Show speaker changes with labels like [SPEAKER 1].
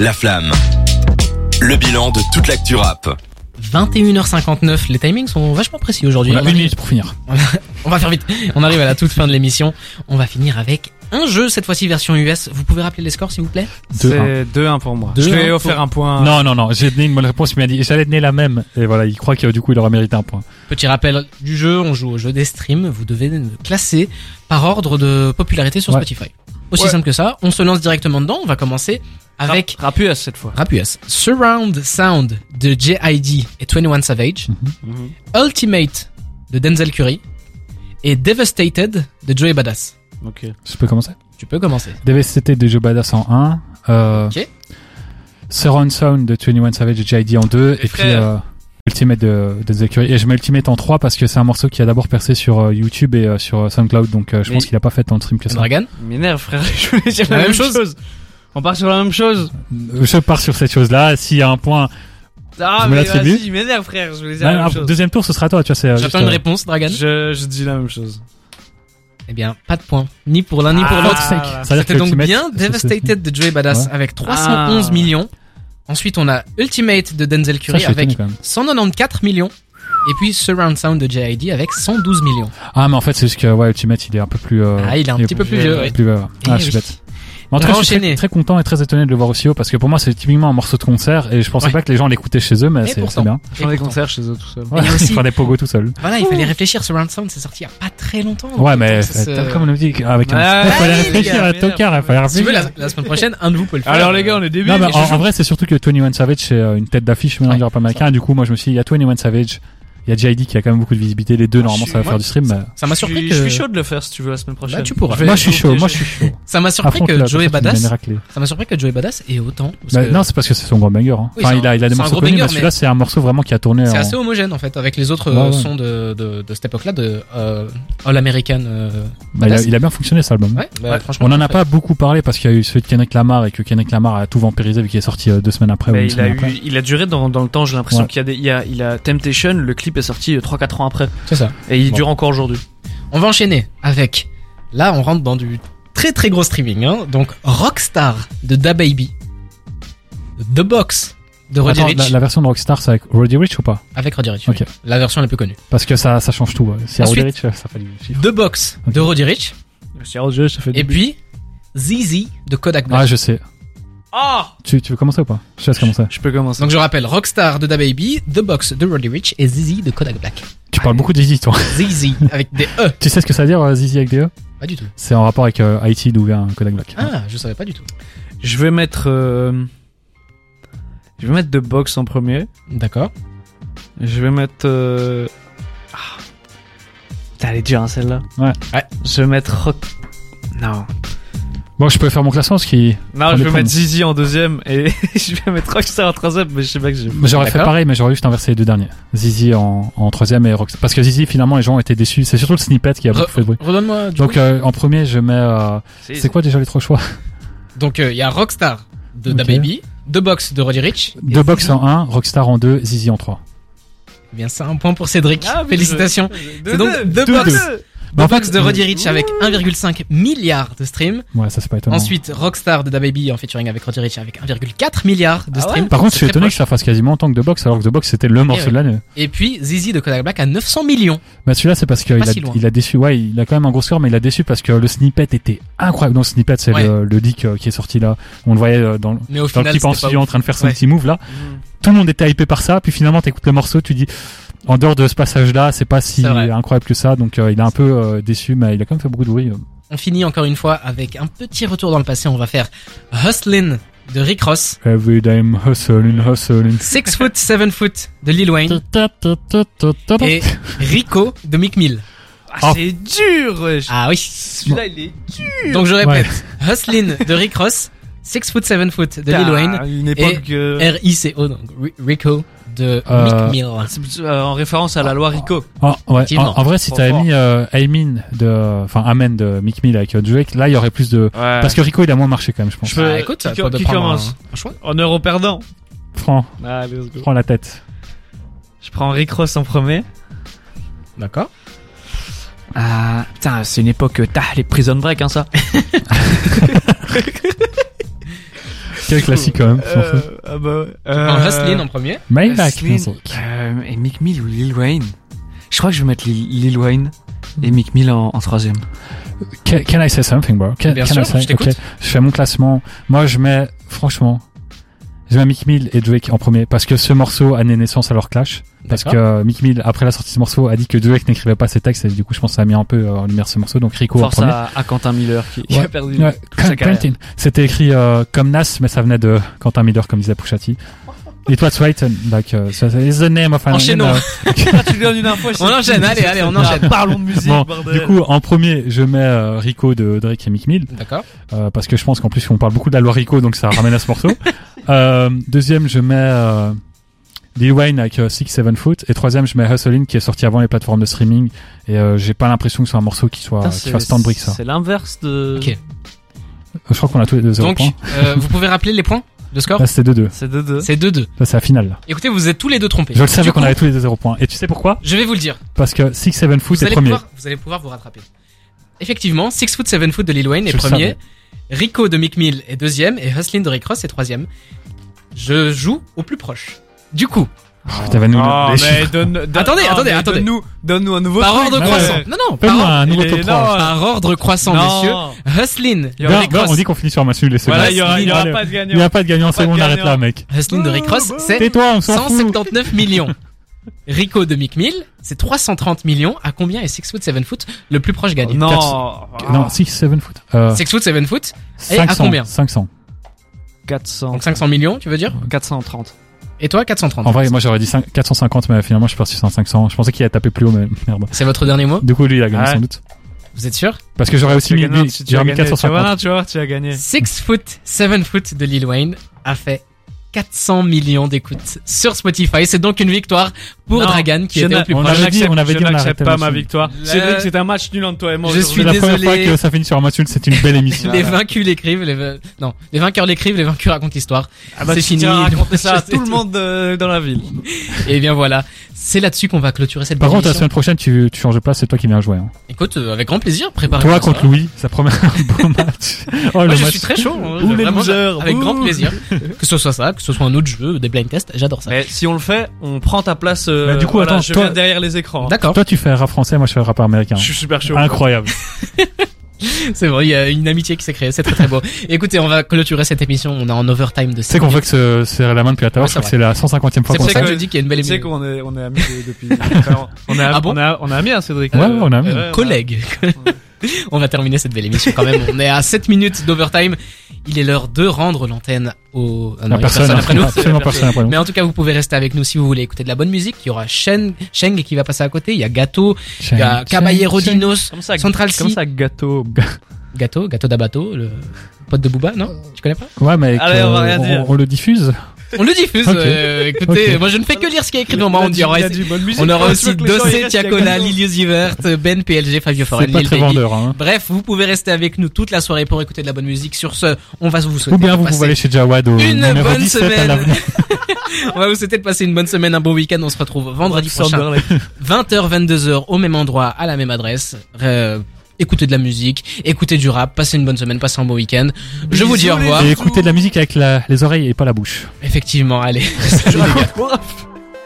[SPEAKER 1] La Flamme. Le bilan de toute l'actu rap.
[SPEAKER 2] 21h59, les timings sont vachement précis aujourd'hui.
[SPEAKER 3] On a
[SPEAKER 2] On,
[SPEAKER 3] une
[SPEAKER 2] arrive-
[SPEAKER 3] minute pour finir.
[SPEAKER 2] on va faire vite. On arrive à la toute fin de l'émission. On va finir avec un jeu, cette fois-ci version US. Vous pouvez rappeler les scores s'il vous plaît
[SPEAKER 3] Deux, un.
[SPEAKER 4] C'est 2-1 pour moi.
[SPEAKER 2] Deux,
[SPEAKER 4] Je
[SPEAKER 2] un
[SPEAKER 4] vais
[SPEAKER 2] pour-
[SPEAKER 4] offrir un point.
[SPEAKER 3] Non, non, non, j'ai donné une bonne réponse, il m'a dit, j'allais donner la même. Et voilà, il croit que du coup, il aurait mérité un point.
[SPEAKER 2] Petit rappel du jeu, on joue au jeu des streams. Vous devez nous classer par ordre de popularité sur
[SPEAKER 3] Ouais.
[SPEAKER 2] Spotify. Aussi
[SPEAKER 4] Ouais.
[SPEAKER 2] simple que ça. On se lance directement dedans. On va commencer avec
[SPEAKER 4] Rap US cette fois.
[SPEAKER 2] Rap US. Surround Sound de J.I.D. et 21 Savage.
[SPEAKER 4] Mhm.
[SPEAKER 2] Ultimate de Denzel Curry. Et Devastated de Joey Badass.
[SPEAKER 4] Ok.
[SPEAKER 3] Je peux commencer?
[SPEAKER 2] Tu peux commencer.
[SPEAKER 3] DVCT de Joe Badass en 1. Euh,
[SPEAKER 2] Ok.
[SPEAKER 3] Surround Sound de 21 Savage et JID en 2. Et, puis
[SPEAKER 4] frères.
[SPEAKER 3] euh, Ultimate de, de The Curry. Et je mets Ultimate en 3 parce que c'est un morceau qui a d'abord percé sur euh, YouTube et euh, sur euh, SoundCloud. Donc euh, je
[SPEAKER 4] Mais-
[SPEAKER 3] pense qu'il a pas fait tant de streams que ça.
[SPEAKER 2] Dragon.
[SPEAKER 4] M'énerve frère, je voulais dire la,
[SPEAKER 2] La même
[SPEAKER 4] même
[SPEAKER 2] chose.
[SPEAKER 4] chose. On part sur la même chose.
[SPEAKER 3] Euh, Je pars sur cette chose-là. S'il y a un point.
[SPEAKER 4] Ah
[SPEAKER 3] Je me
[SPEAKER 4] mais
[SPEAKER 3] l'attribue.
[SPEAKER 4] vas-y, m'énerve frère, je voulais dire
[SPEAKER 3] Non,
[SPEAKER 4] la
[SPEAKER 3] Bah, un-
[SPEAKER 4] même chose.
[SPEAKER 3] deuxième tour, ce sera toi. Tu vois, c'est, euh, juste,
[SPEAKER 2] J'attends une
[SPEAKER 3] euh,
[SPEAKER 2] réponse, Dragon.
[SPEAKER 4] Je, je dis la même chose.
[SPEAKER 2] Eh bien, pas de points. Ni pour l'un, ni pour
[SPEAKER 4] Ah,
[SPEAKER 2] l'autre.
[SPEAKER 4] sec.
[SPEAKER 3] Ça veut dire
[SPEAKER 2] C'était
[SPEAKER 3] que
[SPEAKER 2] donc
[SPEAKER 3] Ultimate,
[SPEAKER 2] bien
[SPEAKER 3] c'est- c'est-
[SPEAKER 2] Devastated de Joey Badass avec 311
[SPEAKER 4] Ah.
[SPEAKER 2] millions. Ensuite, on a Ultimate de Denzel
[SPEAKER 3] ça, je
[SPEAKER 2] Curry
[SPEAKER 3] suis étonné
[SPEAKER 2] avec
[SPEAKER 3] quand même.
[SPEAKER 2] 194 millions. Et puis Surround Sound de J.I.D. avec 112 millions.
[SPEAKER 3] Ah, mais en fait, c'est juste que ouais, Ultimate, il est un peu plus. euh,
[SPEAKER 2] Ah, il est un petit peu plus
[SPEAKER 4] obligé,
[SPEAKER 2] vieux.
[SPEAKER 4] ouais.
[SPEAKER 2] oui.
[SPEAKER 3] Plus, euh,
[SPEAKER 2] Eh
[SPEAKER 3] ah, je suis
[SPEAKER 2] oui.
[SPEAKER 3] bête. Mais en
[SPEAKER 2] On
[SPEAKER 3] tout cas,
[SPEAKER 2] va
[SPEAKER 3] je suis
[SPEAKER 2] enchaîner.
[SPEAKER 3] très, très content et très étonné de le voir aussi haut parce que pour moi, c'est typiquement un morceau de concert et je pensais
[SPEAKER 2] Ouais.
[SPEAKER 3] pas que les gens l'écoutaient chez eux, mais
[SPEAKER 2] Et
[SPEAKER 3] c'est
[SPEAKER 2] pourtant.
[SPEAKER 3] c'est bien.
[SPEAKER 4] Je fais des concerts chez eux tout seul.
[SPEAKER 2] il y a aussi-
[SPEAKER 3] ils font des pogos tout seul.
[SPEAKER 2] Voilà, il fallait réfléchir. Surround Sound, c'est sorti il n'y a pas très longtemps. hein. donc
[SPEAKER 3] Ouais,
[SPEAKER 2] le
[SPEAKER 3] mais
[SPEAKER 2] temps que Oh, ça
[SPEAKER 3] euh,
[SPEAKER 2] se-
[SPEAKER 3] comme on nous dit, avec un.
[SPEAKER 4] Ouais,
[SPEAKER 3] il fallait
[SPEAKER 2] allez, les
[SPEAKER 3] réfléchir
[SPEAKER 4] gars,
[SPEAKER 3] à
[SPEAKER 4] merde.
[SPEAKER 3] Tocard, il fallait
[SPEAKER 2] Si tu veux, la,
[SPEAKER 3] réfléchir.
[SPEAKER 2] la semaine prochaine, un de vous peut le faire.
[SPEAKER 4] Alors les gars, on est débiles.
[SPEAKER 3] Non, mais
[SPEAKER 4] mais
[SPEAKER 3] en,
[SPEAKER 4] je-
[SPEAKER 3] en vrai, c'est surtout que 21 Savage, c'est euh, une tête d'affiche mais on
[SPEAKER 2] Ouais,
[SPEAKER 3] dirait pas américain. Et Du coup, moi, je me suis dit, il y a 21 Savage, il y a JID qui a quand même beaucoup de visibilité. Les deux,
[SPEAKER 2] Ah,
[SPEAKER 4] Moi,
[SPEAKER 3] normalement,
[SPEAKER 4] je
[SPEAKER 3] ça va
[SPEAKER 4] suis-
[SPEAKER 3] faire du stream. mais-
[SPEAKER 2] ça m'a
[SPEAKER 4] je suis-
[SPEAKER 2] surpris
[SPEAKER 4] Je
[SPEAKER 2] que
[SPEAKER 4] suis chaud de le faire si tu veux la semaine prochaine.
[SPEAKER 2] Bah, tu pourras.
[SPEAKER 4] vais-
[SPEAKER 3] Moi, je suis chaud,
[SPEAKER 4] vais-
[SPEAKER 3] moi, je suis chaud.
[SPEAKER 2] ça m'a surpris que
[SPEAKER 3] Affronte-le,
[SPEAKER 2] Joey
[SPEAKER 3] affronte-le, il va
[SPEAKER 2] Badass.
[SPEAKER 3] me racler.
[SPEAKER 2] Ça m'a surpris que Joey Badass est autant. parce
[SPEAKER 3] Bah,
[SPEAKER 2] que
[SPEAKER 3] Non, c'est parce que c'est son gros banger. hein.
[SPEAKER 2] Oui,
[SPEAKER 3] Enfin,
[SPEAKER 2] c'est
[SPEAKER 3] il a, il a
[SPEAKER 2] un-
[SPEAKER 3] des
[SPEAKER 2] c'est un
[SPEAKER 3] morceaux
[SPEAKER 2] gros
[SPEAKER 3] connus,
[SPEAKER 2] banger,
[SPEAKER 3] mais
[SPEAKER 2] mais-
[SPEAKER 3] celui-là, c'est un morceau vraiment qui a tourné euh,
[SPEAKER 2] C'est
[SPEAKER 3] en-
[SPEAKER 2] assez homogène en fait avec les autres
[SPEAKER 3] Ouais,
[SPEAKER 2] euh,
[SPEAKER 3] Bah ouais.
[SPEAKER 2] sons de, de, de cette époque-là de euh, All American. euh,
[SPEAKER 3] Bah, il, a,
[SPEAKER 2] Badass.
[SPEAKER 3] il a bien fonctionné cet album.
[SPEAKER 2] Ouais, bah,
[SPEAKER 4] Ouais.
[SPEAKER 2] franchement.
[SPEAKER 3] On en a
[SPEAKER 2] parfait.
[SPEAKER 3] pas beaucoup parlé parce qu'il y a eu celui de Kendrick Lamar et que Kendrick Lamar a tout vampirisé vu qu'il est sorti euh, deux semaines après. ou
[SPEAKER 4] Mais
[SPEAKER 3] une
[SPEAKER 4] il a,
[SPEAKER 3] semaine
[SPEAKER 4] eu,
[SPEAKER 3] après.
[SPEAKER 4] il a duré dans, dans le temps, j'ai l'impression
[SPEAKER 3] Ouais.
[SPEAKER 4] qu'il y a des, il y a, il a Temptation, le clip est sorti 3-4 ans après.
[SPEAKER 2] C'est ça.
[SPEAKER 4] Et il
[SPEAKER 2] Bon.
[SPEAKER 4] dure encore aujourd'hui.
[SPEAKER 2] On va enchaîner avec. Là, on rentre dans du très très gros streaming. Hein. Donc Rockstar de Da Baby, The Box de Roddy
[SPEAKER 3] Attends,
[SPEAKER 2] Ricch
[SPEAKER 3] la, la version de Rockstar, c'est avec Roddy Rich ou pas
[SPEAKER 2] avec Roddy Ricch.
[SPEAKER 3] Ok.
[SPEAKER 2] oui. La version la plus connue.
[SPEAKER 3] Parce que ça, ça change tout. ouais. Si Roddy
[SPEAKER 2] Ensuite-
[SPEAKER 3] Rich, ça fait du chiffre.
[SPEAKER 2] The Box de Roddy Ricch
[SPEAKER 4] ça fait
[SPEAKER 2] et puis ZZ de Kodak Black.
[SPEAKER 3] Ah, je sais.
[SPEAKER 4] Ah
[SPEAKER 3] Tu, tu veux commencer ou pas Je te laisse commencer.
[SPEAKER 4] Je peux commencer.
[SPEAKER 2] Donc je rappelle Rockstar de Da Baby, The Box de Roddy Ricch et ZZ de Kodak Black.
[SPEAKER 3] Tu parles beaucoup de Zizi, toi.
[SPEAKER 2] ZZ avec des E.
[SPEAKER 3] tu sais ce que ça veut dire, euh, Zizi avec des E
[SPEAKER 2] Pas du tout.
[SPEAKER 3] C'est en rapport avec euh, Haïti d'où vient Kodak Black.
[SPEAKER 2] Ah, je savais pas du tout.
[SPEAKER 4] Je vais mettre. euh, Je vais mettre The Box en premier.
[SPEAKER 2] D'accord.
[SPEAKER 4] Je vais mettre. Euh... Ah. Putain, elle est dure, hein, celle-là.
[SPEAKER 3] Ouais.
[SPEAKER 2] Ouais.
[SPEAKER 4] Je vais mettre. Rock... Non.
[SPEAKER 3] Bon, je peux faire mon classement parce que
[SPEAKER 4] Non,
[SPEAKER 3] On
[SPEAKER 4] je
[SPEAKER 3] est
[SPEAKER 4] vais
[SPEAKER 3] prêts.
[SPEAKER 4] mettre Zizi en deuxième et je vais mettre Rockstar en troisième, mais je sais pas que j'ai.
[SPEAKER 3] j'aurais fait
[SPEAKER 2] D'accord.
[SPEAKER 3] pareil, mais j'aurais juste inversé les deux derniers. Zizi en, en troisième et Rockstar. Parce que Zizi, finalement, les gens étaient déçus. C'est surtout le snippet qui a
[SPEAKER 2] Re-
[SPEAKER 3] beaucoup fait de bruit.
[SPEAKER 2] Redonne-moi du
[SPEAKER 3] Donc
[SPEAKER 2] coup.
[SPEAKER 3] euh, en premier, je mets. euh, c'est quoi déjà les trois choix
[SPEAKER 2] Donc euh, il y a Rockstar de Da
[SPEAKER 3] Ok.
[SPEAKER 2] Baby, The Box de Roddy Rich. et
[SPEAKER 3] Deux box hein.
[SPEAKER 2] Zizi.
[SPEAKER 3] en 1, Rockstar en 2, Zizi en 3.
[SPEAKER 2] Eh bien c'est un point pour Cédric.
[SPEAKER 4] Ah, mais
[SPEAKER 2] Félicitations.
[SPEAKER 4] je-
[SPEAKER 2] C'est donc The
[SPEAKER 3] Deux, Bah,
[SPEAKER 2] Box.
[SPEAKER 4] deux.
[SPEAKER 2] The Box de Roddy Rich avec 1,5 milliard de streams.
[SPEAKER 3] Ouais, ça c'est pas étonnant.
[SPEAKER 2] Ensuite Rockstar de Da Baby en featuring avec Roddy Rich avec 1,4 milliard de
[SPEAKER 4] Ah
[SPEAKER 2] streams.
[SPEAKER 3] Par contre, je suis
[SPEAKER 2] C'est très Eh
[SPEAKER 3] étonné que ça fasse quasiment autant que The Box, alors que The Box c'était le morceau
[SPEAKER 2] ouais.
[SPEAKER 3] de l'année.
[SPEAKER 2] proche. Et puis Zizi de Kodak Black à 900 millions.
[SPEAKER 3] Bah celui-là, c'est parce qu'il
[SPEAKER 2] Pas
[SPEAKER 3] a,
[SPEAKER 2] si loin.
[SPEAKER 3] il a déçu. Ouais, il a quand même un gros score, mais il a déçu parce que le snippet était incroyable. Non, le snippet, c'est
[SPEAKER 2] Ouais.
[SPEAKER 3] le, le leak euh, qui est sorti là. On le voyait euh, dans, le-
[SPEAKER 2] Mais au
[SPEAKER 3] dans le
[SPEAKER 2] final
[SPEAKER 3] clip en
[SPEAKER 2] c'était pas
[SPEAKER 3] studio en train de faire son
[SPEAKER 2] Ouais.
[SPEAKER 3] petit move là. Tout le monde était hypé par ça, puis finalement, t'écoutes le morceau, tu dis. En dehors de ce passage-là, c'est pas si
[SPEAKER 2] C'est vrai.
[SPEAKER 3] incroyable que ça, donc euh, il a un peu euh, déçu, mais il a quand même fait beaucoup de bruit. euh.
[SPEAKER 2] On finit encore une fois avec un petit retour dans le passé. On va faire Hustlin de Rick Ross,
[SPEAKER 3] Every time hustling, hustling.
[SPEAKER 2] Six Foot, Seven Foot de Lil Wayne et Rico de Mick Mill.
[SPEAKER 4] Ah,
[SPEAKER 3] Oh.
[SPEAKER 4] c'est dur, wesh.
[SPEAKER 2] Ah oui.
[SPEAKER 4] Celui-là, il est
[SPEAKER 2] Donc je répète, Hustlin de Rick Ross, Six Foot Seven Foot de Lil Wayne,
[SPEAKER 4] Putain, Une époque. euh,
[SPEAKER 2] R.I.C.O. donc Ri- Rico de
[SPEAKER 3] Euh,
[SPEAKER 2] Mick Mill.
[SPEAKER 4] c'est, euh, en référence à la loi Rico.
[SPEAKER 3] Ah, ouais. en,
[SPEAKER 2] Effectivement.
[SPEAKER 3] en vrai, si
[SPEAKER 4] Trop
[SPEAKER 3] t'avais
[SPEAKER 4] fort.
[SPEAKER 3] mis euh, Amin de, enfin Amen de Mick Mill avec euh, Drake, là il y aurait plus de. Parce que Rico il a moins marché quand même, je pense.
[SPEAKER 4] Je peux-
[SPEAKER 2] Ah, écoute,
[SPEAKER 4] qui-
[SPEAKER 2] ça peut
[SPEAKER 4] qui
[SPEAKER 2] de prendre
[SPEAKER 4] commence
[SPEAKER 2] un- un choix.
[SPEAKER 4] En euro perdant.
[SPEAKER 3] Prends,
[SPEAKER 4] Allez, let's go.
[SPEAKER 3] prends la tête.
[SPEAKER 4] Je prends Rick Ross en premier.
[SPEAKER 2] D'accord.
[SPEAKER 4] Ah, putain, c'est une époque, euh, tah, les prison break, hein, ça.
[SPEAKER 3] quel classique quand même. sur ce.
[SPEAKER 4] Euh, ah bah ouais.
[SPEAKER 2] En
[SPEAKER 4] Euh,
[SPEAKER 2] Vaseline en premier.
[SPEAKER 3] Maybach,
[SPEAKER 4] Slim,
[SPEAKER 3] bien sûr.
[SPEAKER 4] euh, et Mick Mill ou Lil Wayne Je crois que je vais mettre Lil, Lil Wayne et Mick Mill en, en troisième.
[SPEAKER 3] Can, can I say something, bro? Can,
[SPEAKER 2] Bien
[SPEAKER 3] can
[SPEAKER 2] sûr,
[SPEAKER 3] I say-
[SPEAKER 2] je t'écoute.
[SPEAKER 3] ok. Je fais mon classement. Moi, je mets, franchement, je mets Mick Mill et Drake en premier parce que ce morceau a né naissance à leur clash. Parce
[SPEAKER 2] D'accord.
[SPEAKER 3] que euh, Mick Mill, après la sortie de ce morceau, a dit que Drake n'écrivait pas ses textes et du coup, je pense que ça a mis un peu euh, en lumière ce morceau. Donc, Rico
[SPEAKER 4] Force
[SPEAKER 3] en premier.
[SPEAKER 4] à, à Quentin Miller qui, qui
[SPEAKER 3] Ouais.
[SPEAKER 4] a perdu
[SPEAKER 3] Ouais,
[SPEAKER 4] toute sa carrière.
[SPEAKER 3] Quentin. C'était écrit euh, comme Nas, mais ça venait de Quentin Miller, comme disait Pouchati. It was written, like, uh, so it's the name of an-
[SPEAKER 2] Enchaînons.
[SPEAKER 3] you know.
[SPEAKER 4] Ah, tu viens d'une info.
[SPEAKER 2] On enchaîne, allez, allez, on enchaîne.
[SPEAKER 4] Parlons de musique,
[SPEAKER 3] Bon,
[SPEAKER 4] bordel.
[SPEAKER 3] Du coup, en premier, je mets euh, Rico de Drake et Mick Mill.
[SPEAKER 2] D'accord.
[SPEAKER 3] Euh, parce que je pense qu'en plus on parle beaucoup de la loi Rico, donc ça ramène à ce morceau. Euh, deuxième, je mets euh, Lil Wayne avec 6 7 Foot. Et troisième, je mets Hustlin qui est sorti avant les plateformes de streaming. Et euh, j'ai pas l'impression que ce soit un morceau qui soit
[SPEAKER 4] Putain,
[SPEAKER 3] qui
[SPEAKER 4] c'est-
[SPEAKER 3] fasse tant de briques ça.
[SPEAKER 4] C'est l'inverse de.
[SPEAKER 2] Ok.
[SPEAKER 3] Euh, Je crois qu'on a tous les deux zéro
[SPEAKER 2] Donc,
[SPEAKER 3] point.
[SPEAKER 2] euh, vous pouvez rappeler les points de score
[SPEAKER 3] Là c'était 2-2.
[SPEAKER 4] C'est de deux.
[SPEAKER 2] C'est 2-2.
[SPEAKER 3] Là c'est la finale. là.
[SPEAKER 2] Écoutez, vous êtes tous les deux trompés.
[SPEAKER 3] Je le savais
[SPEAKER 2] Du
[SPEAKER 3] qu'on
[SPEAKER 2] coup,
[SPEAKER 3] avait tous les deux 0 points. Et tu sais pourquoi
[SPEAKER 2] Je vais vous le dire.
[SPEAKER 3] Parce que 6 7 Foot
[SPEAKER 2] Vous
[SPEAKER 3] est
[SPEAKER 2] allez,
[SPEAKER 3] premier.
[SPEAKER 2] pouvoir, vous allez pouvoir vous rattraper. Effectivement, Six Foot, Seven Foot de Lil Wayne est
[SPEAKER 3] Je le
[SPEAKER 2] premier.
[SPEAKER 3] savais.
[SPEAKER 2] Rico de Mick Mill est deuxième. Et Hustlin de Rick Ross est troisième. Je joue au plus proche. Du coup,
[SPEAKER 3] Pff, t'avais nous
[SPEAKER 4] Ah,
[SPEAKER 3] les chiffres.
[SPEAKER 4] donne, donne-
[SPEAKER 2] Attendez,
[SPEAKER 4] ah,
[SPEAKER 2] attendez,
[SPEAKER 4] mais
[SPEAKER 2] attendez.
[SPEAKER 4] Donne-nous, donne-nous un nouveau.
[SPEAKER 2] par
[SPEAKER 4] truc.
[SPEAKER 2] ordre
[SPEAKER 3] ouais.
[SPEAKER 2] croissant. Non, non, par,
[SPEAKER 3] Fais-moi
[SPEAKER 2] ordre-
[SPEAKER 3] un nouveau
[SPEAKER 4] Il
[SPEAKER 3] top
[SPEAKER 4] est
[SPEAKER 3] 3.
[SPEAKER 4] énorme.
[SPEAKER 2] par ordre croissant,
[SPEAKER 4] Non.
[SPEAKER 2] messieurs. Hustlin de
[SPEAKER 3] Bien,
[SPEAKER 2] Rick
[SPEAKER 3] bien, on
[SPEAKER 2] Ross.
[SPEAKER 3] dit qu'on finit sur un match nul, et c'est
[SPEAKER 4] Voilà,
[SPEAKER 3] bon.
[SPEAKER 4] il y aura, il y aura
[SPEAKER 3] Allez,
[SPEAKER 4] pas de
[SPEAKER 3] il y
[SPEAKER 4] gagnant.
[SPEAKER 3] a pas de gagnant, c'est
[SPEAKER 4] Pas
[SPEAKER 3] bon,
[SPEAKER 4] de
[SPEAKER 3] on arrête
[SPEAKER 4] gagnant.
[SPEAKER 3] là, mec.
[SPEAKER 2] Hustlin de Rick Ross, c'est
[SPEAKER 3] Tais-toi, on s'en fout.
[SPEAKER 2] 179 millions. Rico de Mick Mill, c'est 330 millions. À combien est Six Foot, Seven Foot le plus proche gagné
[SPEAKER 4] Non.
[SPEAKER 3] Non, 6 7 Foot. Euh,
[SPEAKER 2] Six Foot, Seven Foot, Et à
[SPEAKER 3] 500,
[SPEAKER 2] combien
[SPEAKER 3] 500.
[SPEAKER 4] 400.
[SPEAKER 2] donc 500 millions, tu veux dire
[SPEAKER 4] 430.
[SPEAKER 2] Et toi, 430.
[SPEAKER 3] En vrai, moi j'aurais dit 5 450, mais finalement je suis parti sur un 500. Je pensais qu'il allait taper plus haut, mais merde.
[SPEAKER 2] C'est votre dernier mot
[SPEAKER 3] Du coup, lui, il a
[SPEAKER 2] Ah
[SPEAKER 3] gagné
[SPEAKER 4] Ouais.
[SPEAKER 3] sans doute.
[SPEAKER 2] Vous êtes sûr
[SPEAKER 3] Parce que j'aurais aussi
[SPEAKER 4] Tu as
[SPEAKER 3] mis,
[SPEAKER 4] gagné,
[SPEAKER 3] lui,
[SPEAKER 4] tu- tu as
[SPEAKER 3] j'aurais mis
[SPEAKER 4] gagné. Tu vois,
[SPEAKER 3] 450.
[SPEAKER 4] non, tu vois, tu as gagné.
[SPEAKER 2] Six Foot, Seven Foot de Lil Wayne a fait 400 millions d'écoutes sur Spotify. C'est donc une victoire pour
[SPEAKER 4] Non,
[SPEAKER 2] Dragan qui
[SPEAKER 4] je
[SPEAKER 2] était au
[SPEAKER 4] n'a-
[SPEAKER 2] plus
[SPEAKER 3] on
[SPEAKER 4] je
[SPEAKER 2] proche.
[SPEAKER 3] avait dit-
[SPEAKER 4] n'accepte-
[SPEAKER 3] on avait
[SPEAKER 4] je
[SPEAKER 3] dit, on
[SPEAKER 4] n'accepte
[SPEAKER 3] arrêtait
[SPEAKER 4] pas
[SPEAKER 3] là-dessus.
[SPEAKER 4] ma victoire.
[SPEAKER 2] Le-
[SPEAKER 4] J'ai dit que c'était un match nul entre toi et moi.
[SPEAKER 2] Je
[SPEAKER 3] C'est
[SPEAKER 4] aujourd'hui.
[SPEAKER 3] la
[SPEAKER 2] suis
[SPEAKER 3] première fois
[SPEAKER 2] désolé.
[SPEAKER 3] que ça finit sur un match nul, c'est une belle émission.
[SPEAKER 2] Les
[SPEAKER 4] Voilà.
[SPEAKER 2] vaincus l'écrivent, les vain- non, les vainqueurs l'écrivent, les vaincus racontent l'histoire.
[SPEAKER 4] Ah bah,
[SPEAKER 2] C'est
[SPEAKER 4] tu
[SPEAKER 2] fini.
[SPEAKER 4] tiens à raconter ça
[SPEAKER 2] Je
[SPEAKER 4] à
[SPEAKER 2] sais
[SPEAKER 4] tout le
[SPEAKER 2] tout.
[SPEAKER 4] monde euh, dans la ville.
[SPEAKER 2] Et bien voilà, c'est là-dessus qu'on va clôturer cette
[SPEAKER 3] Par contre, la
[SPEAKER 2] émission.
[SPEAKER 3] semaine prochaine, tu, tu changes de place, c'est toi qui viens jouer. hein.
[SPEAKER 2] Écoute, euh, avec grand plaisir, prépare
[SPEAKER 3] Toi contre Louis, ça promet un beau match. Oh,
[SPEAKER 2] Moi,
[SPEAKER 3] le
[SPEAKER 2] je
[SPEAKER 3] match.
[SPEAKER 2] suis très chaud. hein,
[SPEAKER 4] Ouh,
[SPEAKER 2] je-
[SPEAKER 4] les
[SPEAKER 2] vraiment,
[SPEAKER 4] losers,
[SPEAKER 2] Avec
[SPEAKER 4] ouh.
[SPEAKER 2] grand plaisir. Que ce soit ça, que ce soit un autre jeu, des blind tests, j'adore ça.
[SPEAKER 4] Mais si on le fait, on prend ta place. euh,
[SPEAKER 3] Bah, du coup,
[SPEAKER 4] voilà,
[SPEAKER 3] attends,
[SPEAKER 4] je
[SPEAKER 3] toi-
[SPEAKER 4] viens derrière les écrans.
[SPEAKER 2] D'accord,
[SPEAKER 3] Toi, tu fais rap français, moi je fais rap américain.
[SPEAKER 4] Je suis super chaud.
[SPEAKER 3] Incroyable.
[SPEAKER 2] c'est vrai, il y a une amitié qui s'est créée, c'est très très beau. Écoutez, on va clôturer cette émission, on est en overtime de
[SPEAKER 3] Tu sais qu'on voit que ce- serrer la main depuis la
[SPEAKER 2] Ouais,
[SPEAKER 3] table, je
[SPEAKER 2] c'est
[SPEAKER 3] crois que c'est la 150e fois
[SPEAKER 2] C'est
[SPEAKER 3] qu'on
[SPEAKER 2] pour
[SPEAKER 3] le
[SPEAKER 2] ça
[SPEAKER 3] fait.
[SPEAKER 2] que je dis qu'il y a une belle
[SPEAKER 4] Tu sais
[SPEAKER 2] émission.
[SPEAKER 4] qu'on est, on est amis de- depuis. enfin, on, on est,
[SPEAKER 2] Ah bon
[SPEAKER 4] on, est, on est amis, hein, Cédric.
[SPEAKER 3] Ouais,
[SPEAKER 4] Euh,
[SPEAKER 3] ouais, on est amis.
[SPEAKER 4] ouais,
[SPEAKER 2] Mmh, Collègue. on va terminer cette belle émission quand même. On est à 7 minutes d'overtime. Il est l'heure de rendre l'antenne au... ah non,
[SPEAKER 3] La
[SPEAKER 2] il y a
[SPEAKER 3] personne,
[SPEAKER 2] après nous.
[SPEAKER 3] absolument personne après nous.
[SPEAKER 2] Mais en tout cas, vous pouvez rester avec nous si vous voulez écouter de la bonne musique. Il y aura Sheng, Sheng qui va passer à côté. Il y a Gâteau, il y a Caballero Dinos,
[SPEAKER 4] Comme ça,
[SPEAKER 2] Central
[SPEAKER 4] comme
[SPEAKER 2] C.
[SPEAKER 4] ça, gâteau.
[SPEAKER 2] Gâteau, Gâteau d'Abato, le pote de Booba, non Tu connais pas
[SPEAKER 3] Ouais, mais
[SPEAKER 4] Allez,
[SPEAKER 3] que-
[SPEAKER 4] on va rien dire.
[SPEAKER 3] on le diffuse.
[SPEAKER 2] On le diffuse.
[SPEAKER 3] Ok.
[SPEAKER 2] euh, écoutez,
[SPEAKER 3] Ok.
[SPEAKER 2] moi je ne fais que lire ce qui est écrit devant moi. On,
[SPEAKER 4] Il y
[SPEAKER 2] dit,
[SPEAKER 4] a
[SPEAKER 2] ouais,
[SPEAKER 4] du- il y a
[SPEAKER 2] c'est-
[SPEAKER 4] du bonne musique.
[SPEAKER 2] on aura
[SPEAKER 4] Tu veux
[SPEAKER 2] aussi
[SPEAKER 4] que les gens y
[SPEAKER 2] Dossé,
[SPEAKER 4] restent, il y a
[SPEAKER 2] Tiakola,
[SPEAKER 4] gâteau.
[SPEAKER 2] Lilius Ivert, Ben PLG, Fabio
[SPEAKER 3] C'est
[SPEAKER 2] Forel,
[SPEAKER 3] pas
[SPEAKER 2] Lil
[SPEAKER 3] très
[SPEAKER 2] Baby.
[SPEAKER 3] vendeur. Hein.
[SPEAKER 2] Bref, vous pouvez rester avec nous toute la soirée pour écouter de la bonne musique. Sur ce, on va vous souhaiter
[SPEAKER 3] Ou bien
[SPEAKER 2] de
[SPEAKER 3] vous
[SPEAKER 2] passer-
[SPEAKER 3] pouvez aller chez Jawad au
[SPEAKER 2] une
[SPEAKER 3] numéro
[SPEAKER 2] bonne
[SPEAKER 3] 17 à
[SPEAKER 2] semaine.
[SPEAKER 3] l'avenue.
[SPEAKER 2] on va vous souhaiter de passer une bonne semaine, un bon week-end. On se retrouve vendredi prochain.
[SPEAKER 4] Sunderland.
[SPEAKER 2] 20h, 22h au même endroit, à la même adresse. Euh, écoutez de la musique, écoutez du rap, passez une bonne semaine, passez un bon week-end. Je vous dis au
[SPEAKER 4] Bisous, les
[SPEAKER 2] revoir.
[SPEAKER 3] Et écoutez de la musique avec la- les oreilles et pas la bouche.
[SPEAKER 2] Effectivement, allez.
[SPEAKER 4] Je raconte quoi